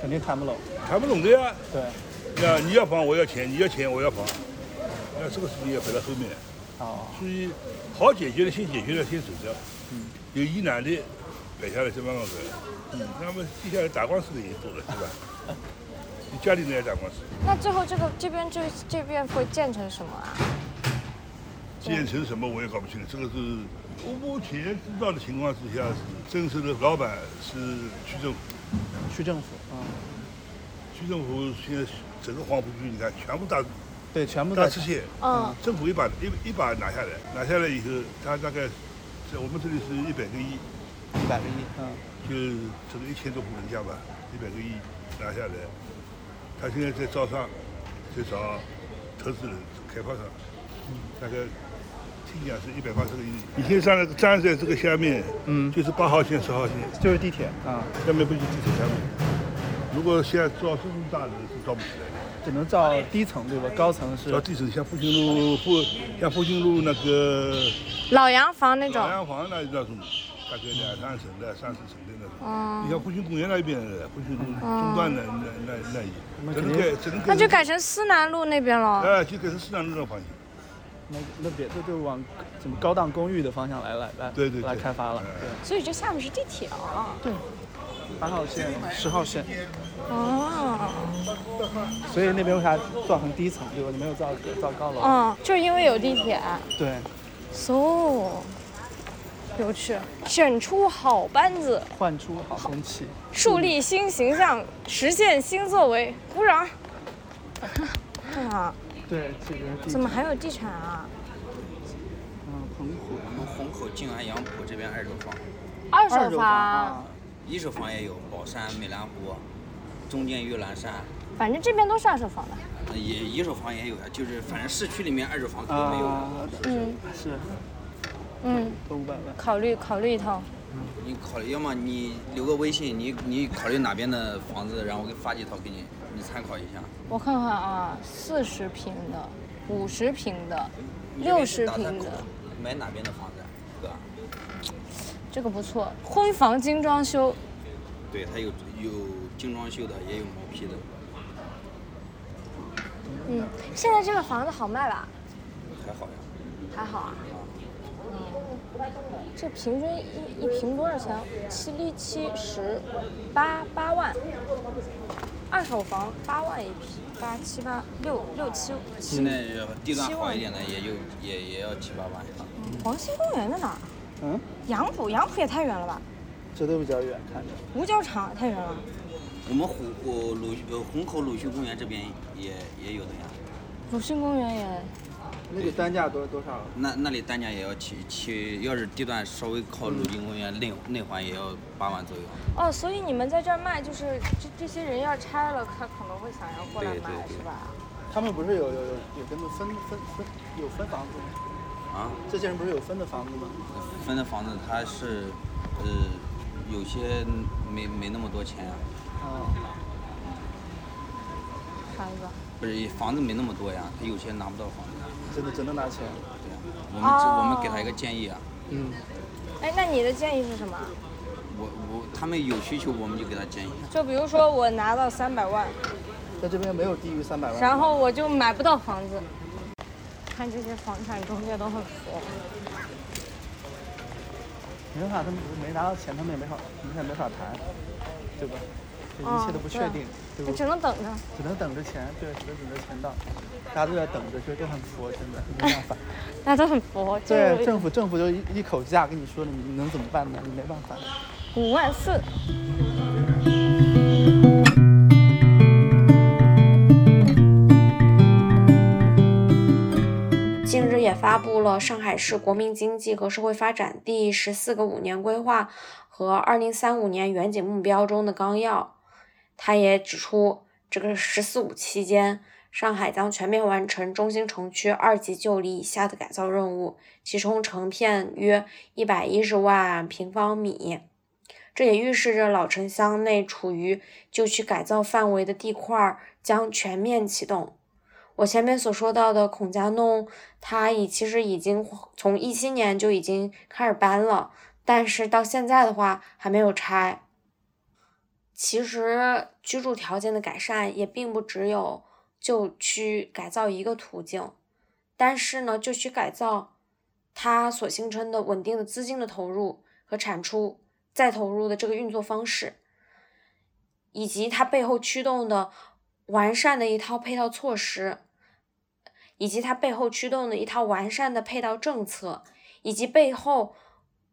[SPEAKER 2] 肯定谈不拢。
[SPEAKER 9] 谈不拢的呀。
[SPEAKER 2] 对，
[SPEAKER 9] 那你要房，我要钱；你要钱，我要房。那这个事情要摆到后面来。
[SPEAKER 2] 哦，嗯
[SPEAKER 9] 所以好解决的先解决了，先走掉。有疑难的摆下来再慢慢摆。嗯，那么接下来打官司的也多了，是 吧？你家里人也打官司，
[SPEAKER 2] 嗯
[SPEAKER 3] 那最后这个这边这这边会建成什么啊？
[SPEAKER 9] 建成什么我也搞不清楚。这个是我目前知道的情况之下，是真实的老板是区政府，
[SPEAKER 2] 区政府，嗯，
[SPEAKER 9] 区政府现在整个黄浦区，你看全部大
[SPEAKER 2] 对，全部
[SPEAKER 9] 大
[SPEAKER 2] 在
[SPEAKER 9] 吃蟹，
[SPEAKER 3] 嗯，
[SPEAKER 9] 政府一把一一把拿下来，拿下来以后，他大概在我们这里是一百个亿。
[SPEAKER 2] 一百个亿，嗯，
[SPEAKER 9] 就这个一千多户人家吧，一百个亿拿下来，他现在在招商，在找投资人、开发商，大概听讲是一百八十个英里。以前上那个张在这个下面，
[SPEAKER 2] 嗯
[SPEAKER 9] 就是八号线、十号线，
[SPEAKER 2] 就是地铁啊，
[SPEAKER 9] 下面不就是地铁下面。如果现在造这么大的是造不起来的，
[SPEAKER 2] 只能造低层对吧？高层是
[SPEAKER 9] 造地层像复兴路复像复兴路那个
[SPEAKER 3] 老洋房那种
[SPEAKER 9] 老，洋房那那种，大概两三层的、三四层的那种。
[SPEAKER 3] 嗯
[SPEAKER 9] 你，看复兴公园那一边的，复兴路中段的那那那一，只能改只能改。
[SPEAKER 3] 那就改。成思南路那边了。
[SPEAKER 9] 哎，就改成市场路那个方向。
[SPEAKER 2] 那那别的就往什么高档公寓的方向来来来
[SPEAKER 9] 对对对
[SPEAKER 2] 来开发了。
[SPEAKER 9] 嗯
[SPEAKER 2] 对，
[SPEAKER 3] 所以这下面是地铁啊。
[SPEAKER 2] 八号线、十号线，
[SPEAKER 3] 哦，
[SPEAKER 2] 所以那边为啥造成低层对吧？你没有造造高楼。
[SPEAKER 3] 嗯，就是因为有地铁。
[SPEAKER 2] 对，
[SPEAKER 3] So，有趣，选出好班子，
[SPEAKER 2] 换出好空气。
[SPEAKER 3] 树立新形象，实现新作为。鼓 掌。啊，
[SPEAKER 2] 对，这边地
[SPEAKER 3] 怎么还有地产啊？
[SPEAKER 2] 嗯，棚户
[SPEAKER 10] 我们虹口、静安、杨浦这边二手房，
[SPEAKER 3] 二手
[SPEAKER 2] 二手
[SPEAKER 3] 房，
[SPEAKER 2] 房啊，
[SPEAKER 10] 一手房也有，宝山、美兰湖，中间玉兰山，
[SPEAKER 3] 反正这边都是二手房的。
[SPEAKER 10] 呃也一手房也有呀，就是反正市区里面二手房可能没有了。
[SPEAKER 2] 啊，
[SPEAKER 3] 嗯
[SPEAKER 2] 是
[SPEAKER 3] 嗯，
[SPEAKER 2] 都五百万。
[SPEAKER 3] 考虑考虑一套。
[SPEAKER 10] 你考虑，要么你留个微信，你你考虑哪边的房子，然后我给发几套给你，你参考一下。
[SPEAKER 3] 我看看啊，四十平的，五十平的，
[SPEAKER 10] 你这边
[SPEAKER 3] 60
[SPEAKER 10] 是打算
[SPEAKER 3] 平的
[SPEAKER 10] 考买哪边的房子啊，哥？
[SPEAKER 3] 这个不错。婚房精装修，
[SPEAKER 10] 对，它有有精装修的，也有毛坯的。
[SPEAKER 3] 嗯，现在这个房子好卖吧？
[SPEAKER 10] 还好呀，
[SPEAKER 3] 还好啊。嗯，这平均一一平多少钱？七六七十，八八万。二手房八万一平，八七八六六七七。
[SPEAKER 10] 现在地段好一点的也有也也要七八万。
[SPEAKER 3] 黄兴公园在哪儿？
[SPEAKER 2] 嗯，
[SPEAKER 3] 杨浦，杨浦也太远了吧？
[SPEAKER 2] 这都比较远，看着。
[SPEAKER 3] 五角场也太远了。
[SPEAKER 10] 我们虎虎鲁呃虹口鲁迅公园这边也也有的呀，
[SPEAKER 3] 鲁迅公园也
[SPEAKER 2] 那个单价多多少？
[SPEAKER 10] 那那里单价也要七七，要是地段稍微靠鲁迅公园内内环也要八万左右。
[SPEAKER 3] 哦，所以你们在这儿卖，就是这这些人要拆了，他可能会想要过来
[SPEAKER 10] 对对
[SPEAKER 3] 买，
[SPEAKER 10] 对
[SPEAKER 3] 是吧？
[SPEAKER 2] 他们不是有有有有跟分分分有分房子吗？
[SPEAKER 10] 啊，
[SPEAKER 2] 这些人不是有分的房子吗？
[SPEAKER 10] 分的房子它是，呃，有些没没那么多钱呀、
[SPEAKER 2] 啊，
[SPEAKER 3] 啥意思？
[SPEAKER 10] 不是房子没那么多呀，他有些拿不到房子。啊
[SPEAKER 2] 真的真的拿钱。
[SPEAKER 10] 对呀、我们只、我
[SPEAKER 3] 哦
[SPEAKER 10] 们给他一个建议啊，
[SPEAKER 2] 嗯，
[SPEAKER 3] 哎，那你的建议是什么？
[SPEAKER 10] 我我他们有需求我们就给他建议。
[SPEAKER 3] 就比如说我拿到三百万，
[SPEAKER 2] 在这边没有低于三百万。
[SPEAKER 3] 然后我就买不到房子。看这些房产中介都很佛，
[SPEAKER 2] 没办法，他们没拿到钱，他们也没法，你也没法谈，对吧？这一切都不确定，嗯
[SPEAKER 3] 你
[SPEAKER 2] 对吧？
[SPEAKER 3] 只能等着。
[SPEAKER 2] 只能等着钱，对，只能等着钱到。大家都在等着，觉得很佛，真的没办法。
[SPEAKER 3] 大家都很佛，就
[SPEAKER 2] 对，
[SPEAKER 3] 是
[SPEAKER 2] 政府政府就一一口价跟你说了，你能怎么办呢？你没办法。
[SPEAKER 3] 五万四。
[SPEAKER 1] 近日也发布了上海市国民经济和社会发展第十四个五年规划和二零三五年远景目标中的纲要。他也指出，这个“十四五”期间，上海将全面完成中心城区二级就里以下的改造任务，其中成片约一百一十万平方米。这也预示着老城乡内处于旧区改造范围的地块儿将全面启动。我前面所说到的孔家弄，它已其实已经从一七年就已经开始搬了，但是到现在的话还没有拆。其实居住条件的改善也并不只有旧区改造一个途径，但是呢，旧区改造它所形成的稳定的资金的投入和产出，再投入的这个运作方式，以及它背后驱动的完善的一套配套措施，以及它背后驱动的一套完善的配套政策，以及背后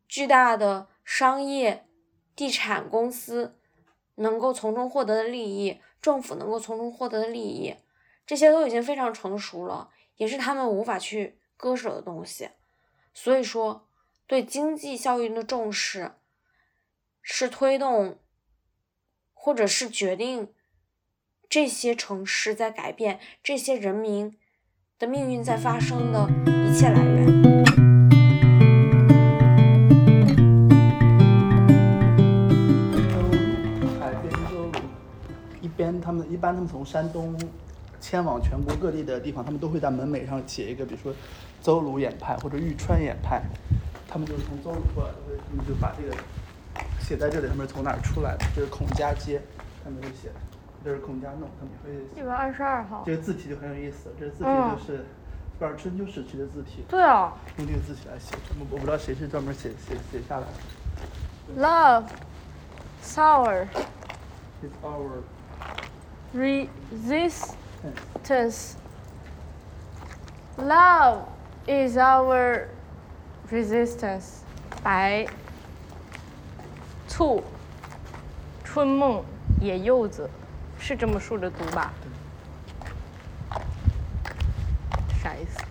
[SPEAKER 1] 巨大的商业地产公司能够从中获得的利益，政府能够从中获得的利益，这些都已经非常成熟了，也是他们无法去割舍的东西。所以说，对经济效应的重视是推动，或者是决定这些城市在改变、这些人民的命运在发生的一切来源。
[SPEAKER 2] 般他们从山东迁往全国各地的地方，他们都会在门楣上写一个，比如说邹鲁衍派或者玉川衍派，他们就是从邹鲁过来的，或者他们就把这个写在这里，他们是从哪儿出来的？这是孔家街，他们就写；这是孔家弄，他们会
[SPEAKER 3] 一百二十二号
[SPEAKER 2] 这。个字体就很有意思，这个字体
[SPEAKER 3] 嗯
[SPEAKER 2] 就是反正春秋时期的字体，
[SPEAKER 3] 对哦
[SPEAKER 2] 用这个字体来写，我我不知道谁是专门写写写下来的。
[SPEAKER 3] ，love sour
[SPEAKER 2] It's our
[SPEAKER 3] resistance. Love is our resistance. 白醋，春梦野柚子，是这么竖着读吧？啥意思？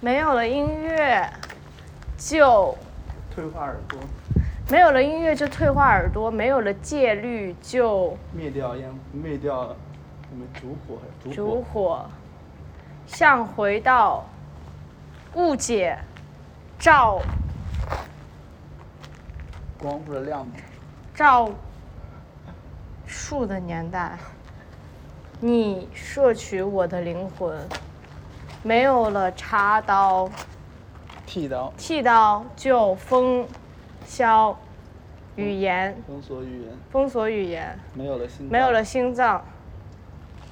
[SPEAKER 3] 没有了音乐，就
[SPEAKER 2] 退化耳朵，
[SPEAKER 3] 没有了音乐就退化耳朵，没有了戒律就
[SPEAKER 2] 灭掉烟，灭掉我们烛火，烛火。
[SPEAKER 3] 烛火，像回到误解照
[SPEAKER 2] 光或者亮的。
[SPEAKER 3] 照树的年代，你摄取我的灵魂，没有了插刀
[SPEAKER 2] 剃刀，
[SPEAKER 3] 剃刀就封销语言，
[SPEAKER 2] 封锁语言，
[SPEAKER 3] 封锁语言，
[SPEAKER 2] 没有了心，
[SPEAKER 3] 没有了心脏，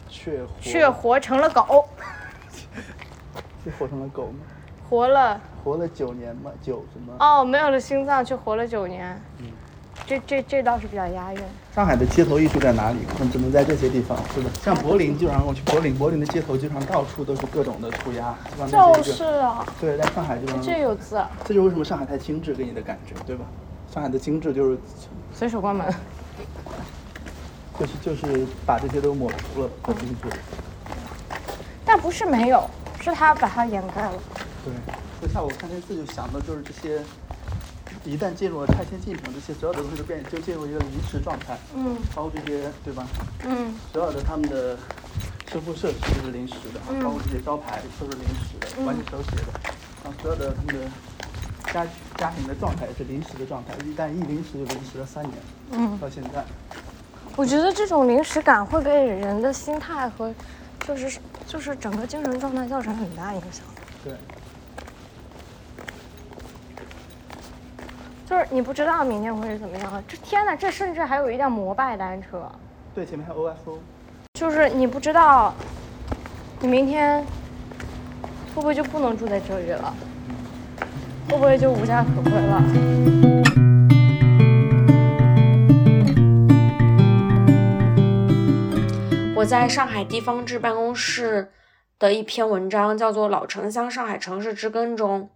[SPEAKER 2] 血火，
[SPEAKER 3] 却活成了狗，
[SPEAKER 2] 是活成了狗吗？
[SPEAKER 3] 活了。
[SPEAKER 2] 活了九年吗？九什么？
[SPEAKER 3] 哦，没有了心脏却活了九年，这这这倒是比较押韵。
[SPEAKER 2] 上海的街头艺术在哪里？可能只能在这些地方，是的。像柏林，基本上我去柏林，柏林的街头基本上到处都是各种的涂鸦，基本上那是一个。
[SPEAKER 3] 啊，
[SPEAKER 2] 对，在上海基本上，
[SPEAKER 3] 这有字，啊
[SPEAKER 2] 这就是为什么上海太精致给你的感觉，对吧？上海的精致就是
[SPEAKER 3] 随手关门。
[SPEAKER 2] 就是就是把这些都抹除了，不精致。
[SPEAKER 3] 但不是没有，是他把它掩盖了。
[SPEAKER 2] 对，所以下午看这字就想到，就是这些，一旦进入了拆迁进程，这些所有的东西都变就进入一个临时状态，
[SPEAKER 3] 嗯
[SPEAKER 2] 包括这些对吧？
[SPEAKER 3] 嗯，
[SPEAKER 2] 所有的他们的修复设施都是临时的，啊
[SPEAKER 3] 嗯
[SPEAKER 2] 包括这些招牌都是临时的，完全手写的，然后所有的他们的家家庭的状态也是临时的状态，一旦一临时就临时了三年，嗯，到现在，
[SPEAKER 3] 我觉得这种临时感会给人的心态和，就是就是整个精神状态造成很大影响。
[SPEAKER 2] 对，
[SPEAKER 3] 就是你不知道明天会是怎么样。这天呐，这甚至还有一辆摩拜单车，
[SPEAKER 2] 对，前面还有 OFO，
[SPEAKER 3] 就是你不知道，你明天会不会就不能住在这里了？会不会就无家可归了？
[SPEAKER 1] 我在上海地方志办公室的一篇文章，叫做《老城乡上海城市之根》中，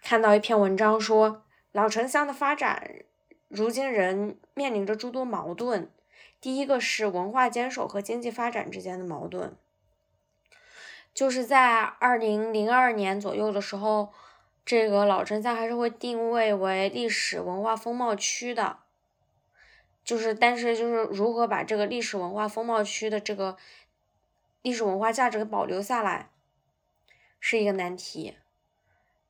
[SPEAKER 1] 看到一篇文章说，老城乡的发展，如今人面临着诸多矛盾。第一个是文化坚守和经济发展之间的矛盾，就是在二零零二年左右的时候，这个老城乡还是会定位为历史文化风貌区的。就是，但是就是如何把这个历史文化风貌区的这个历史文化价值给保留下来，是一个难题。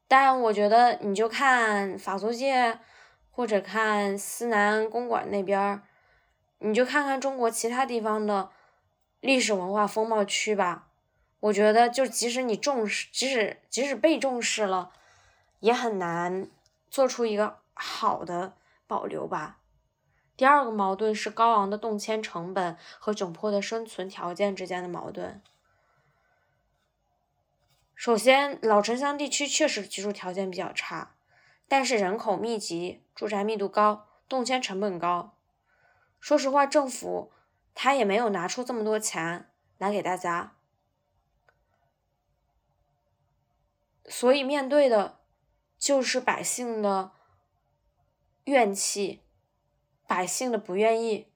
[SPEAKER 1] 但我觉得你就看法租界或者看思南公馆那边儿，你就看看中国其他地方的历史文化风貌区吧。我觉得，就即使你重视，即使即使被重视了，也很难做出一个好的保留吧。第二个矛盾是高昂的动迁成本和窘迫的生存条件之间的矛盾。首先，老城乡地区确实居住条件比较差，但是人口密集、住宅密度高、动迁成本高。说实话，政府他也没有拿出这么多钱来给大家，所以面对的就是百姓的怨气。百姓的不愿意，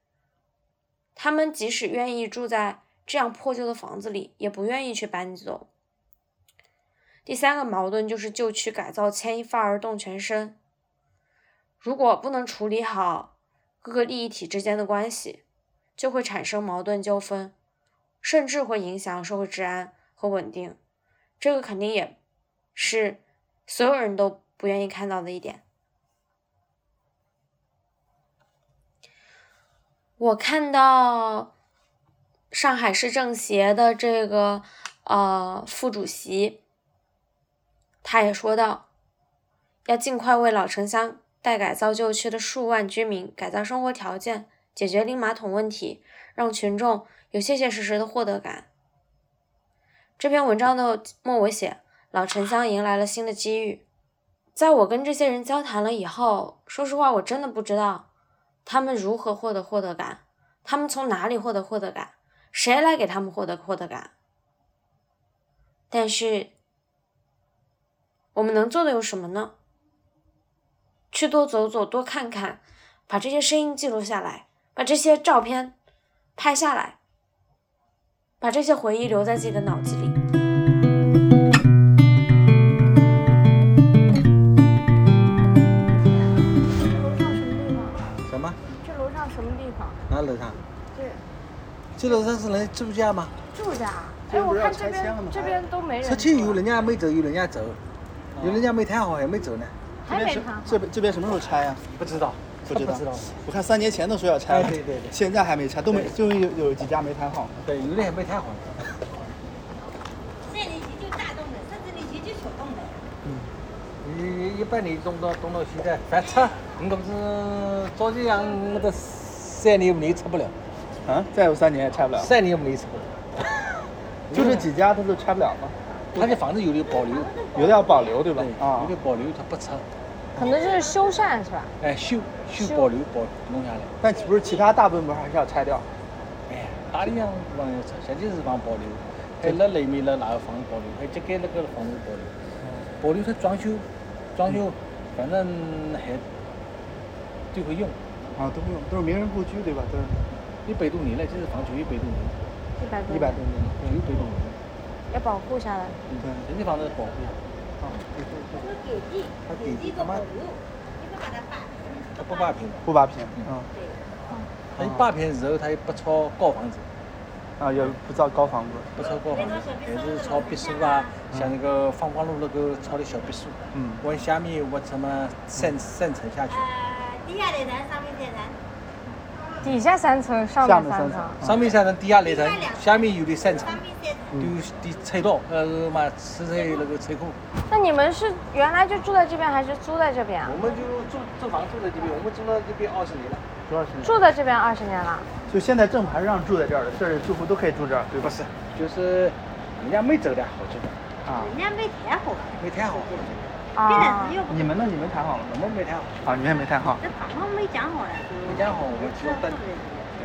[SPEAKER 1] 他们即使愿意住在这样破旧的房子里，也不愿意去搬走。第三个矛盾就是旧区改造牵一发而动全身，如果不能处理好各个利益体之间的关系，就会产生矛盾纠纷，甚至会影响社会治安和稳定。这个肯定也是所有人都不愿意看到的一点。我看到上海市政协的这个呃副主席，他也说到，要尽快为老城乡待改造旧区的数万居民改造生活条件，解决拎马桶问题，让群众有切切实实的获得感。这篇文章的末尾写，老城乡迎来了新的机遇。在我跟这些人交谈了以后，说实话，我真的不知道他们如何获得获得感，他们从哪里获得获得感，谁来给他们获得获得感。但是，我们能做的有什么呢？去多走走，多看看，把这些声音记录下来，把这些照片拍下来，把这些回忆留在自己的脑子里。
[SPEAKER 11] 什么？
[SPEAKER 3] 这楼上什么地方？
[SPEAKER 11] 哪楼上？
[SPEAKER 3] 这
[SPEAKER 11] 这楼上是人住家吗？
[SPEAKER 3] 住家？
[SPEAKER 2] 这
[SPEAKER 3] 哎，
[SPEAKER 2] 不
[SPEAKER 3] 我
[SPEAKER 2] 是
[SPEAKER 3] 看
[SPEAKER 2] 要
[SPEAKER 3] 这
[SPEAKER 2] 拆迁了
[SPEAKER 3] 边
[SPEAKER 2] 吗
[SPEAKER 3] 这边都没人住
[SPEAKER 11] 出
[SPEAKER 3] 啊。
[SPEAKER 11] 去有人家没走，有人家走，有人家没谈好还没走呢。
[SPEAKER 2] 这
[SPEAKER 3] 还
[SPEAKER 2] 边
[SPEAKER 3] 没
[SPEAKER 2] 是
[SPEAKER 3] 看好。
[SPEAKER 2] 这边这边什么时候拆呀、
[SPEAKER 11] 不知道，
[SPEAKER 2] 不知道，
[SPEAKER 11] 不知道。
[SPEAKER 2] 我看三年前都说要拆了，
[SPEAKER 11] 哎对对对
[SPEAKER 2] 现在还没拆，都没，就是有有几家没谈好。
[SPEAKER 11] 对，有人还没谈好呢。
[SPEAKER 7] 三年级就大动的，三年级就小动的。
[SPEAKER 11] 一一八年种到种到现在，反正我们是早就讲我们的三年五年吃不了，
[SPEAKER 2] 啊，再有三年也拆不了，
[SPEAKER 11] 三年五年吃不了。
[SPEAKER 2] 就这几家它都拆不了吗？
[SPEAKER 11] 他这房子有的保留，
[SPEAKER 2] 有的要保留，对吧
[SPEAKER 11] 对？，
[SPEAKER 2] 啊
[SPEAKER 11] 有，的保留他不拆，
[SPEAKER 3] 可能就是修缮是吧？
[SPEAKER 11] 哎，修修
[SPEAKER 3] 修
[SPEAKER 11] 保留保弄下来。
[SPEAKER 2] 但岂不是其他大部分不是还是要拆掉？
[SPEAKER 11] 哎，大里向地方要拆，实际是房保留，还辣里面辣哪个房子保留，还这该那个房子保留，保留它装修，装修，反正还最会用，
[SPEAKER 2] 啊，都不用，都是名人故居，对吧？都是
[SPEAKER 11] 一百多年了，这是房就一百多年，
[SPEAKER 3] 一百多。
[SPEAKER 2] 一百多年。
[SPEAKER 11] 有一百多年了，
[SPEAKER 3] 要保护下来。
[SPEAKER 2] 对
[SPEAKER 11] 嗯，这房子保护一下，
[SPEAKER 2] 啊，对对对
[SPEAKER 7] 就是给地，给地做保留，你不把它扒，
[SPEAKER 11] 它不霸屏的，
[SPEAKER 2] 不扒平啊
[SPEAKER 11] 它一霸屏之后，它又不炒高房子，
[SPEAKER 2] 啊，也不造高房子。
[SPEAKER 11] 不炒高房子，还是炒别墅啊，像那个凤凰路那个炒的小别墅，
[SPEAKER 2] 嗯，
[SPEAKER 11] 往下面挖什么三三层下去，
[SPEAKER 7] 呃，地下来咱，上面来咱，
[SPEAKER 3] 底下三层，上
[SPEAKER 2] 下
[SPEAKER 3] 面
[SPEAKER 2] 面
[SPEAKER 3] 三
[SPEAKER 2] 三
[SPEAKER 3] 层。
[SPEAKER 2] 层，啊
[SPEAKER 11] 上面三层，底下两层，下面有的三层
[SPEAKER 7] 上。面再咱。
[SPEAKER 11] 有的菜刀，呃嘛，吃菜那个菜库。
[SPEAKER 3] 那你们是原来就住在这边，还是租在这边啊？
[SPEAKER 11] 我们就住租房住在这边，我们住到这边二十年了。
[SPEAKER 2] 主要是
[SPEAKER 3] 住在这边二十年了。
[SPEAKER 2] 就现在政府还是让住在这儿的，这儿的住户都可以住这儿，对吧？是
[SPEAKER 11] 就是人家没走的好处，
[SPEAKER 2] 啊，
[SPEAKER 7] 人家没谈好，
[SPEAKER 11] 没谈好，
[SPEAKER 3] 啊
[SPEAKER 7] 这。两次
[SPEAKER 2] 你们呢？你们谈好了
[SPEAKER 11] 我
[SPEAKER 2] 吗？
[SPEAKER 11] 们没谈好，
[SPEAKER 2] 啊，你们也没谈好。
[SPEAKER 7] 这房东没讲好了，
[SPEAKER 11] 没讲好，我们就等，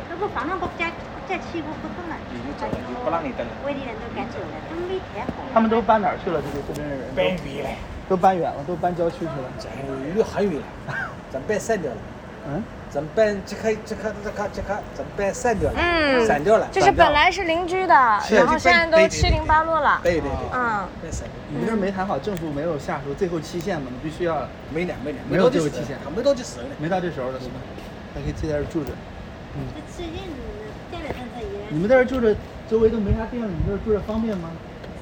[SPEAKER 7] 那不房东不加再欺负不动了，
[SPEAKER 11] 你就走了，就不让你等了。
[SPEAKER 7] 外地人都赶走了，都没谈好。
[SPEAKER 2] 他们都搬哪儿去了？这些这边的人都
[SPEAKER 11] 远了，
[SPEAKER 2] 都搬远了，都搬郊区去了。
[SPEAKER 11] 这离很远了， 整班删掉了，
[SPEAKER 2] 嗯，
[SPEAKER 11] 整班这颗这颗这颗这颗整班删掉了，
[SPEAKER 3] 嗯
[SPEAKER 11] 删掉了，
[SPEAKER 3] 就是本来是邻居的，
[SPEAKER 11] 是
[SPEAKER 3] 然后现在
[SPEAKER 11] 对
[SPEAKER 3] 都
[SPEAKER 11] 对对
[SPEAKER 3] 七零八落了。
[SPEAKER 11] 对对对，
[SPEAKER 3] 嗯，
[SPEAKER 11] 班删掉，
[SPEAKER 2] 你们这儿没谈好，政府没有下属最后期限嘛？你必须要
[SPEAKER 11] 没呢没呢，
[SPEAKER 2] 没有
[SPEAKER 11] 到就
[SPEAKER 2] 这个
[SPEAKER 11] 死了
[SPEAKER 2] 期限
[SPEAKER 11] 没到就死了。
[SPEAKER 2] 没到这时候的是吧？还可以自己在这儿住着。
[SPEAKER 7] 这最近家里政策也
[SPEAKER 2] 你们在这儿住着，周围都没啥地方，你们这儿住着方便吗？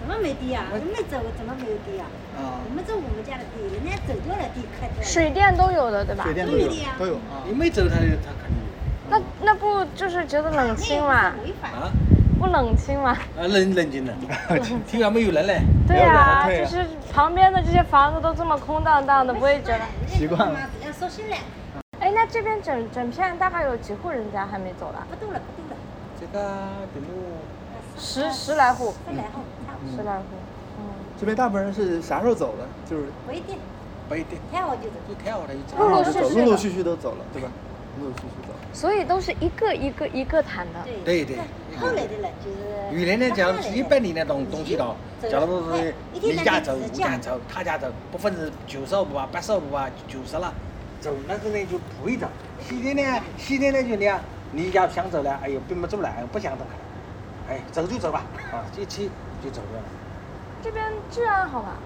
[SPEAKER 7] 怎么没地啊？我没走，怎么没有地啊？
[SPEAKER 11] 啊，
[SPEAKER 7] 我们这我们家的地，人家走掉了地，快掉了。
[SPEAKER 3] 水电都啊有的，对吧
[SPEAKER 2] 水？电
[SPEAKER 7] 都
[SPEAKER 2] 都有
[SPEAKER 7] 有的呀
[SPEAKER 2] 都有啊
[SPEAKER 11] 你没走他就他肯定有
[SPEAKER 3] 那那不就是觉得冷清嘛？
[SPEAKER 7] 违法。
[SPEAKER 11] 啊
[SPEAKER 3] 不冷清嘛？
[SPEAKER 11] 啊，冷冷 静了，天还没有人嘞。
[SPEAKER 3] 对
[SPEAKER 2] 要不然
[SPEAKER 3] 呀、
[SPEAKER 2] 他退
[SPEAKER 3] 就
[SPEAKER 2] 了
[SPEAKER 3] 是旁边的这些房子都这么空荡荡的，不会觉得。
[SPEAKER 2] 习惯了。
[SPEAKER 7] 人家说新了，
[SPEAKER 3] 哎，那这边整整片大概有几户人家还没走了？
[SPEAKER 7] 不动了，不动了。
[SPEAKER 11] 这个顶多
[SPEAKER 3] 十十来户，
[SPEAKER 7] 再来后，差不多。
[SPEAKER 3] 十来户。
[SPEAKER 2] 这边大部分人是啥时候走的？就是
[SPEAKER 7] 不一定，
[SPEAKER 11] 不一定，
[SPEAKER 7] 太好就走。
[SPEAKER 11] 就太好了，一直
[SPEAKER 3] 陆陆
[SPEAKER 2] 就
[SPEAKER 3] 续续的
[SPEAKER 2] 走陆陆续续啊都走了，对吧？陆陆续续走。
[SPEAKER 3] 所以都是一个一个一个谈的。
[SPEAKER 7] 对
[SPEAKER 11] 对对
[SPEAKER 7] 后来的了，就是。
[SPEAKER 11] 原来呢，假如是一百年的东东西道，假如说
[SPEAKER 7] 哎
[SPEAKER 11] 是你家走，我家走，他家走，百分之九十五啊，八十五啊，九十了，走那个呢就不会走。现在呢，现在呢就那样，你家想走了，哎呦，并不走了，哎呦，不想等了，哎，走就走吧，啊，一起就走 掉了，
[SPEAKER 3] 这边治安好吧？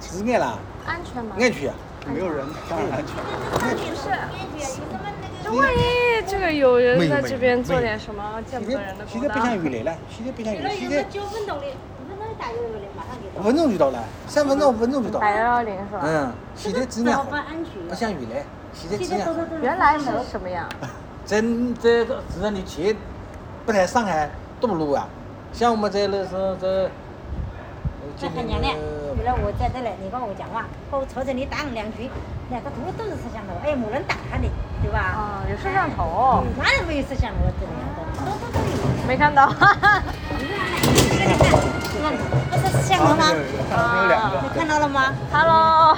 [SPEAKER 11] 是眼啦，
[SPEAKER 3] 安全吗？
[SPEAKER 11] 眼 去啊，
[SPEAKER 2] 没有人，当然安全。
[SPEAKER 3] 不是。
[SPEAKER 7] 那
[SPEAKER 3] 这万一这个有人在这边做
[SPEAKER 11] 没有
[SPEAKER 3] 点什么见
[SPEAKER 11] 现
[SPEAKER 3] 不得人
[SPEAKER 11] 在
[SPEAKER 3] 的啊
[SPEAKER 11] 现
[SPEAKER 3] 勾
[SPEAKER 11] 在不
[SPEAKER 3] 当
[SPEAKER 11] 像，原来了，现在不像原来，
[SPEAKER 7] 个，
[SPEAKER 11] 现
[SPEAKER 7] 有个
[SPEAKER 11] 在
[SPEAKER 7] 九分钟的，五分钟打过来，马上给
[SPEAKER 11] 五
[SPEAKER 7] 到。
[SPEAKER 11] 分钟就到了，三分钟五分钟就到
[SPEAKER 3] 百幺
[SPEAKER 11] 了，
[SPEAKER 3] 幺零是吧？
[SPEAKER 11] 嗯，现在质量
[SPEAKER 7] 早
[SPEAKER 11] 好。
[SPEAKER 7] 饭安全。
[SPEAKER 11] 不像原来，现在
[SPEAKER 7] 现
[SPEAKER 11] 这
[SPEAKER 7] 在
[SPEAKER 11] 样
[SPEAKER 7] 都，是
[SPEAKER 3] 原来是什么样？
[SPEAKER 11] 真这个，只要你去不来上海，多不路啊！像我们这那时候这，呃
[SPEAKER 5] 这
[SPEAKER 11] 今
[SPEAKER 5] 很
[SPEAKER 11] 年
[SPEAKER 5] 娘嘞
[SPEAKER 11] 的，
[SPEAKER 5] 有了我在这里，你跟我讲话，和我朝着你打了两拳，两个头都是摄像头，哎，没人打他的，对
[SPEAKER 3] 啊
[SPEAKER 5] 吧？哦，有摄像头，哪里没有摄像头啊？这里都都都有，没 看到。你看，看，那是摄像头吗？啊，你看到了吗？Hello，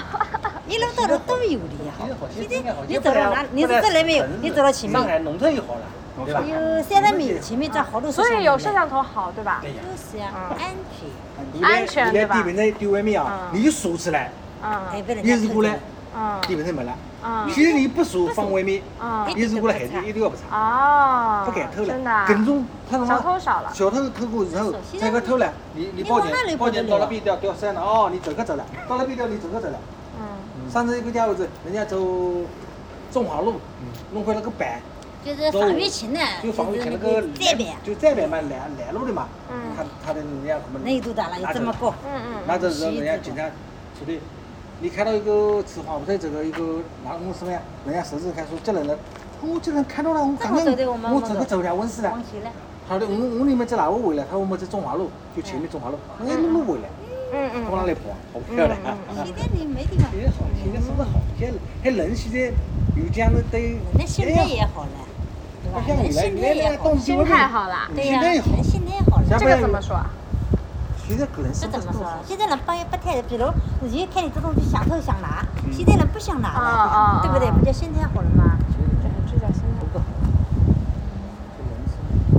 [SPEAKER 5] 一路到路都有的呀。
[SPEAKER 11] 现在
[SPEAKER 5] 你走到哪？你是这里没有？你走到前
[SPEAKER 11] 上海
[SPEAKER 5] 面，
[SPEAKER 11] 农村就好了，对吧？
[SPEAKER 5] 有三十米，前面这好多摄像头。
[SPEAKER 3] 所以有摄像头好，对吧？
[SPEAKER 11] 对呀
[SPEAKER 5] 是啊，安全。
[SPEAKER 11] 你在
[SPEAKER 3] 哎安全
[SPEAKER 11] 你在
[SPEAKER 3] 对吧
[SPEAKER 11] 地平线对外面啊，你一竖起来，
[SPEAKER 3] 嗯
[SPEAKER 5] 哎，被人
[SPEAKER 11] 一
[SPEAKER 5] 家
[SPEAKER 11] 竖
[SPEAKER 5] 看
[SPEAKER 11] 过来
[SPEAKER 5] 见，
[SPEAKER 3] 嗯
[SPEAKER 11] 地平线没了。
[SPEAKER 3] 嗯
[SPEAKER 11] 现在你不竖放外面，
[SPEAKER 3] 嗯
[SPEAKER 11] 一竖过来海底一定要不查，
[SPEAKER 3] 哦，
[SPEAKER 11] 不敢偷
[SPEAKER 3] 真的
[SPEAKER 11] 了。
[SPEAKER 3] 啊，
[SPEAKER 11] 跟踪他什
[SPEAKER 3] 小
[SPEAKER 11] 么？
[SPEAKER 3] 偷少了。
[SPEAKER 11] 小偷偷过以后，
[SPEAKER 5] 现在
[SPEAKER 11] 这个偷了，你你
[SPEAKER 5] 你
[SPEAKER 11] 报
[SPEAKER 5] 往那里
[SPEAKER 11] 警，
[SPEAKER 5] 跑
[SPEAKER 11] 报
[SPEAKER 5] 得
[SPEAKER 11] 警
[SPEAKER 5] 了
[SPEAKER 11] 到了边调调三了，哦，你走个走了，到了边调你走个走了。
[SPEAKER 3] 嗯，
[SPEAKER 11] 上次一个家伙子，人家走中华路，弄回了个板，
[SPEAKER 5] 就是防御琴呢，
[SPEAKER 11] 就防御
[SPEAKER 5] 是
[SPEAKER 11] 前那
[SPEAKER 5] 那
[SPEAKER 11] 个
[SPEAKER 5] 个这边，
[SPEAKER 11] 就这边嘛，拦拦路的嘛
[SPEAKER 3] 嗯，
[SPEAKER 11] 他他的人家什么
[SPEAKER 5] 那度大了，有这么高，
[SPEAKER 3] 嗯嗯，
[SPEAKER 11] 那这时候人家警察处理，你看到一个持黄牌这个一个男公司呢，人家手指看说这人了，我这人看到了，我反正
[SPEAKER 5] 这么走的我们
[SPEAKER 11] 我走个走了，我死了
[SPEAKER 5] 往。前嘞，
[SPEAKER 11] 他说我我你们在哪个回来？他说我们在中华路，就前面中华路，我一路路回来，
[SPEAKER 3] 嗯
[SPEAKER 11] 他
[SPEAKER 3] 嗯
[SPEAKER 11] 往哪里跑？跑不了了。
[SPEAKER 5] 现在你没地方，
[SPEAKER 11] 现在好，现在是不是好？现在还人现在有这样的对，
[SPEAKER 5] 那现在也好了，对
[SPEAKER 11] 不
[SPEAKER 5] 吧？
[SPEAKER 11] 像
[SPEAKER 5] 人
[SPEAKER 11] 原来
[SPEAKER 5] 现在
[SPEAKER 11] 原来
[SPEAKER 5] 也好
[SPEAKER 11] 动，
[SPEAKER 3] 心态好了，
[SPEAKER 5] 对
[SPEAKER 11] 现
[SPEAKER 5] 呀，
[SPEAKER 11] 在也好，
[SPEAKER 5] 人现在也好了。
[SPEAKER 3] 这个怎么说？
[SPEAKER 11] 现在可能是
[SPEAKER 5] 这
[SPEAKER 11] 不
[SPEAKER 5] 怎
[SPEAKER 11] 是
[SPEAKER 5] 么说？现在人不不太，比如以前看你这东西想偷想拿，现在人不想
[SPEAKER 3] 啊
[SPEAKER 5] 拿了，对不对？不叫现在好了吗？
[SPEAKER 3] 这叫心态。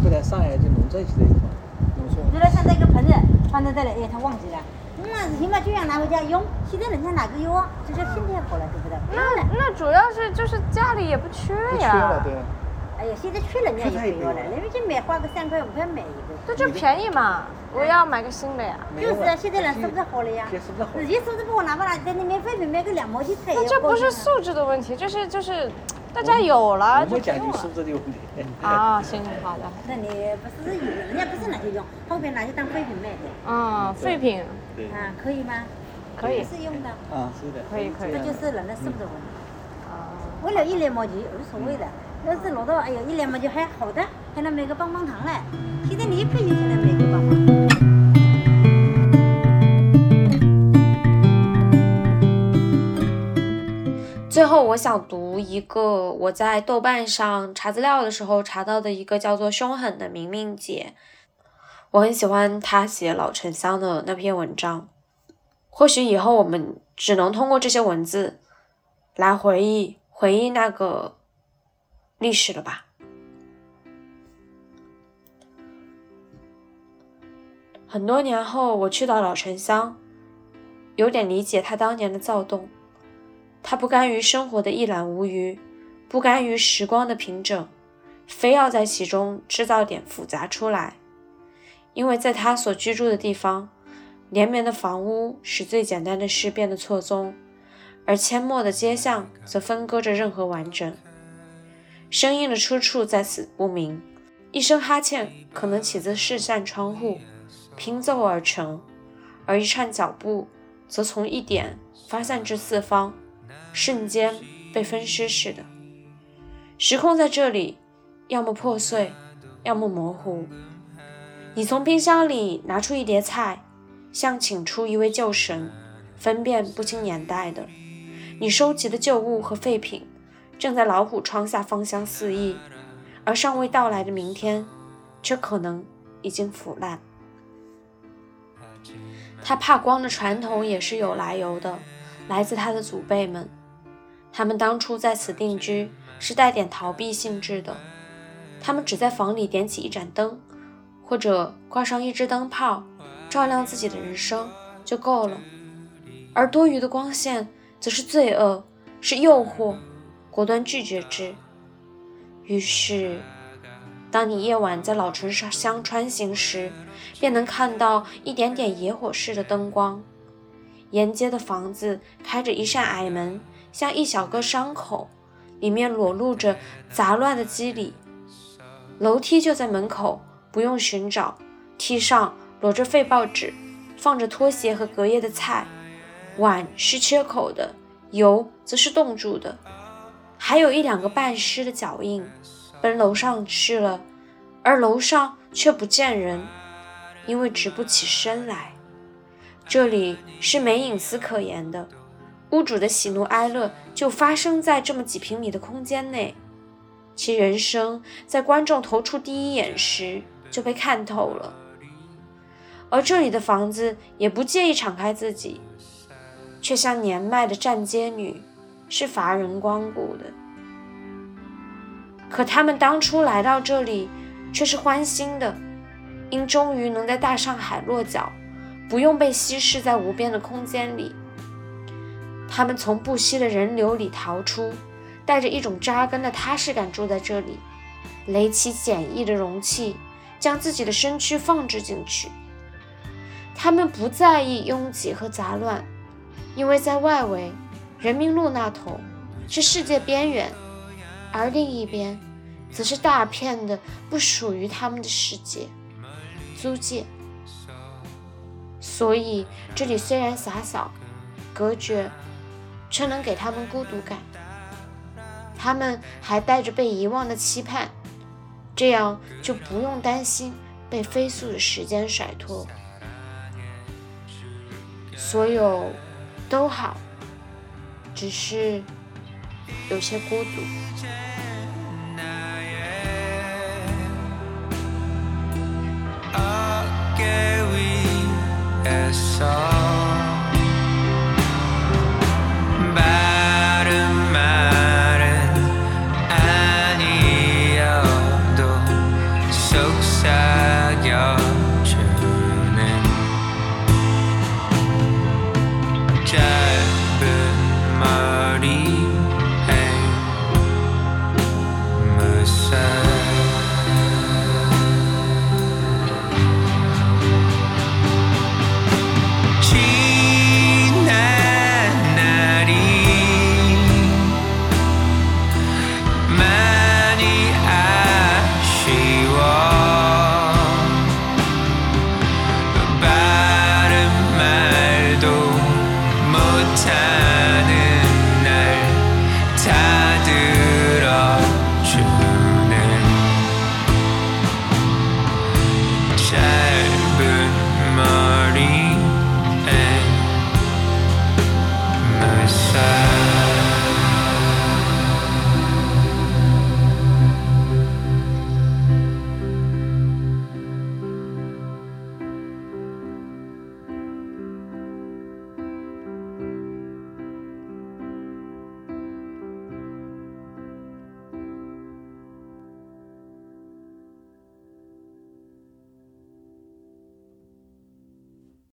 [SPEAKER 11] 后来上海这农村现在也好，农村
[SPEAKER 5] 比如像这个盆子放在这里，哎，他忘记了。那行吧，就想拿回家用。现在人家哪个用啊？就叫现在好了，对不对？不用了。
[SPEAKER 3] 那主要是就是家里也不缺
[SPEAKER 2] 不缺了，
[SPEAKER 3] 呀，
[SPEAKER 2] 对。
[SPEAKER 5] 哎呀，现在去人家也不要了，人家就买花个三块五块买一个。
[SPEAKER 3] 对，这便宜嘛，我要买个新的呀。
[SPEAKER 5] 就是啊，现在人素质好了呀。
[SPEAKER 11] 现在素质好
[SPEAKER 5] 以。前素质不好，哪怕在你免费买个两毛钱菜也
[SPEAKER 3] 那这不是素质的问题，这是就是大家有了
[SPEAKER 11] 我
[SPEAKER 3] 就不
[SPEAKER 11] 们讲
[SPEAKER 3] 用
[SPEAKER 11] 究
[SPEAKER 3] 了
[SPEAKER 11] 素质的问题。
[SPEAKER 3] 啊。行，好的，
[SPEAKER 5] 那你不是有的，人家不是拿去用，后面拿去当废品卖的，
[SPEAKER 3] 嗯，废品
[SPEAKER 11] 对
[SPEAKER 5] 啊，可以吗？
[SPEAKER 3] 可以，
[SPEAKER 5] 是用的，
[SPEAKER 11] 啊，是的，
[SPEAKER 3] 可以可以
[SPEAKER 5] 这
[SPEAKER 11] 这
[SPEAKER 5] 就
[SPEAKER 11] 样的
[SPEAKER 5] 是人的素质问题。
[SPEAKER 3] 啊，
[SPEAKER 5] 为了一两毛钱无所谓的，
[SPEAKER 3] 嗯
[SPEAKER 5] 要是拿到哎呦一两毛钱还好的，还能买个棒棒糖嘞。现在你一块钱才能买个棒棒糖。
[SPEAKER 1] 最后，我想读一个我在豆瓣上查资料的时候查到的一个叫做《凶狠的明明姐》，我很喜欢她写老沉香的那篇文章。或许以后我们只能通过这些文字来回忆回忆那个历史了吧。很多年后，我去到老沉香，有点理解他当年的躁动。他不甘于生活的一览无余，不甘于时光的平整，非要在其中制造点复杂出来。因为在他所居住的地方，连绵的房屋使最简单的事变得错综，而阡陌的街巷则分割着任何完整。声音的出处在此不明，一声哈欠可能起自四扇窗户，拼凑而成，而一串脚步则从一点发散至四方，瞬间被分尸似的。时空在这里，要么破碎，要么模糊。你从冰箱里拿出一碟菜，像请出一位旧神，分辨不清年代的。你收集的旧物和废品，正在老虎窗下芳香四溢，而尚未到来的明天，却可能已经腐烂。他怕光的传统也是有来由的，来自他的祖辈们。他们当初在此定居是带点逃避性质的，他们只在房里点起一盏灯，或者挂上一只灯泡，照亮自己的人生就够了。而多余的光线则是罪恶，是诱惑，果断拒绝之。于是，当你夜晚在老城乡穿行时，便能看到一点点野火似的灯光。沿街的房子开着一扇矮门，像一小个伤口，里面裸露着杂乱的肌理。楼梯就在门口，不用寻找。梯上摞着废报纸，放着拖鞋和隔夜的菜。碗是缺口的，油则是冻住的，还有一两个半湿的脚印。奔楼上去了，而楼上却不见人，因为直不起身来。这里是没隐私可言的，屋主的喜怒哀乐就发生在这么几平米的空间内。其人生在观众投出第一眼时就被看透了，而这里的房子也不介意敞开自己，却像年迈的站街女，是乏人光顾的。可他们当初来到这里，却是欢欣的，因终于能在大上海落脚，不用被稀释在无边的空间里。他们从不息的人流里逃出，带着一种扎根的踏实感住在这里，垒起简易的容器，将自己的身躯放置进去。他们不在意拥挤和杂乱，因为在外围，人民路那头是世界边缘，而另一边，则是大片的不属于他们的世界——租界。所以，这里虽然洒扫、隔绝，却能给他们孤独感。他们还带着被遗忘的期盼，这样就不用担心被飞速的时间甩脱。所有都好，只是有些孤独。
[SPEAKER 12] I'll get we as I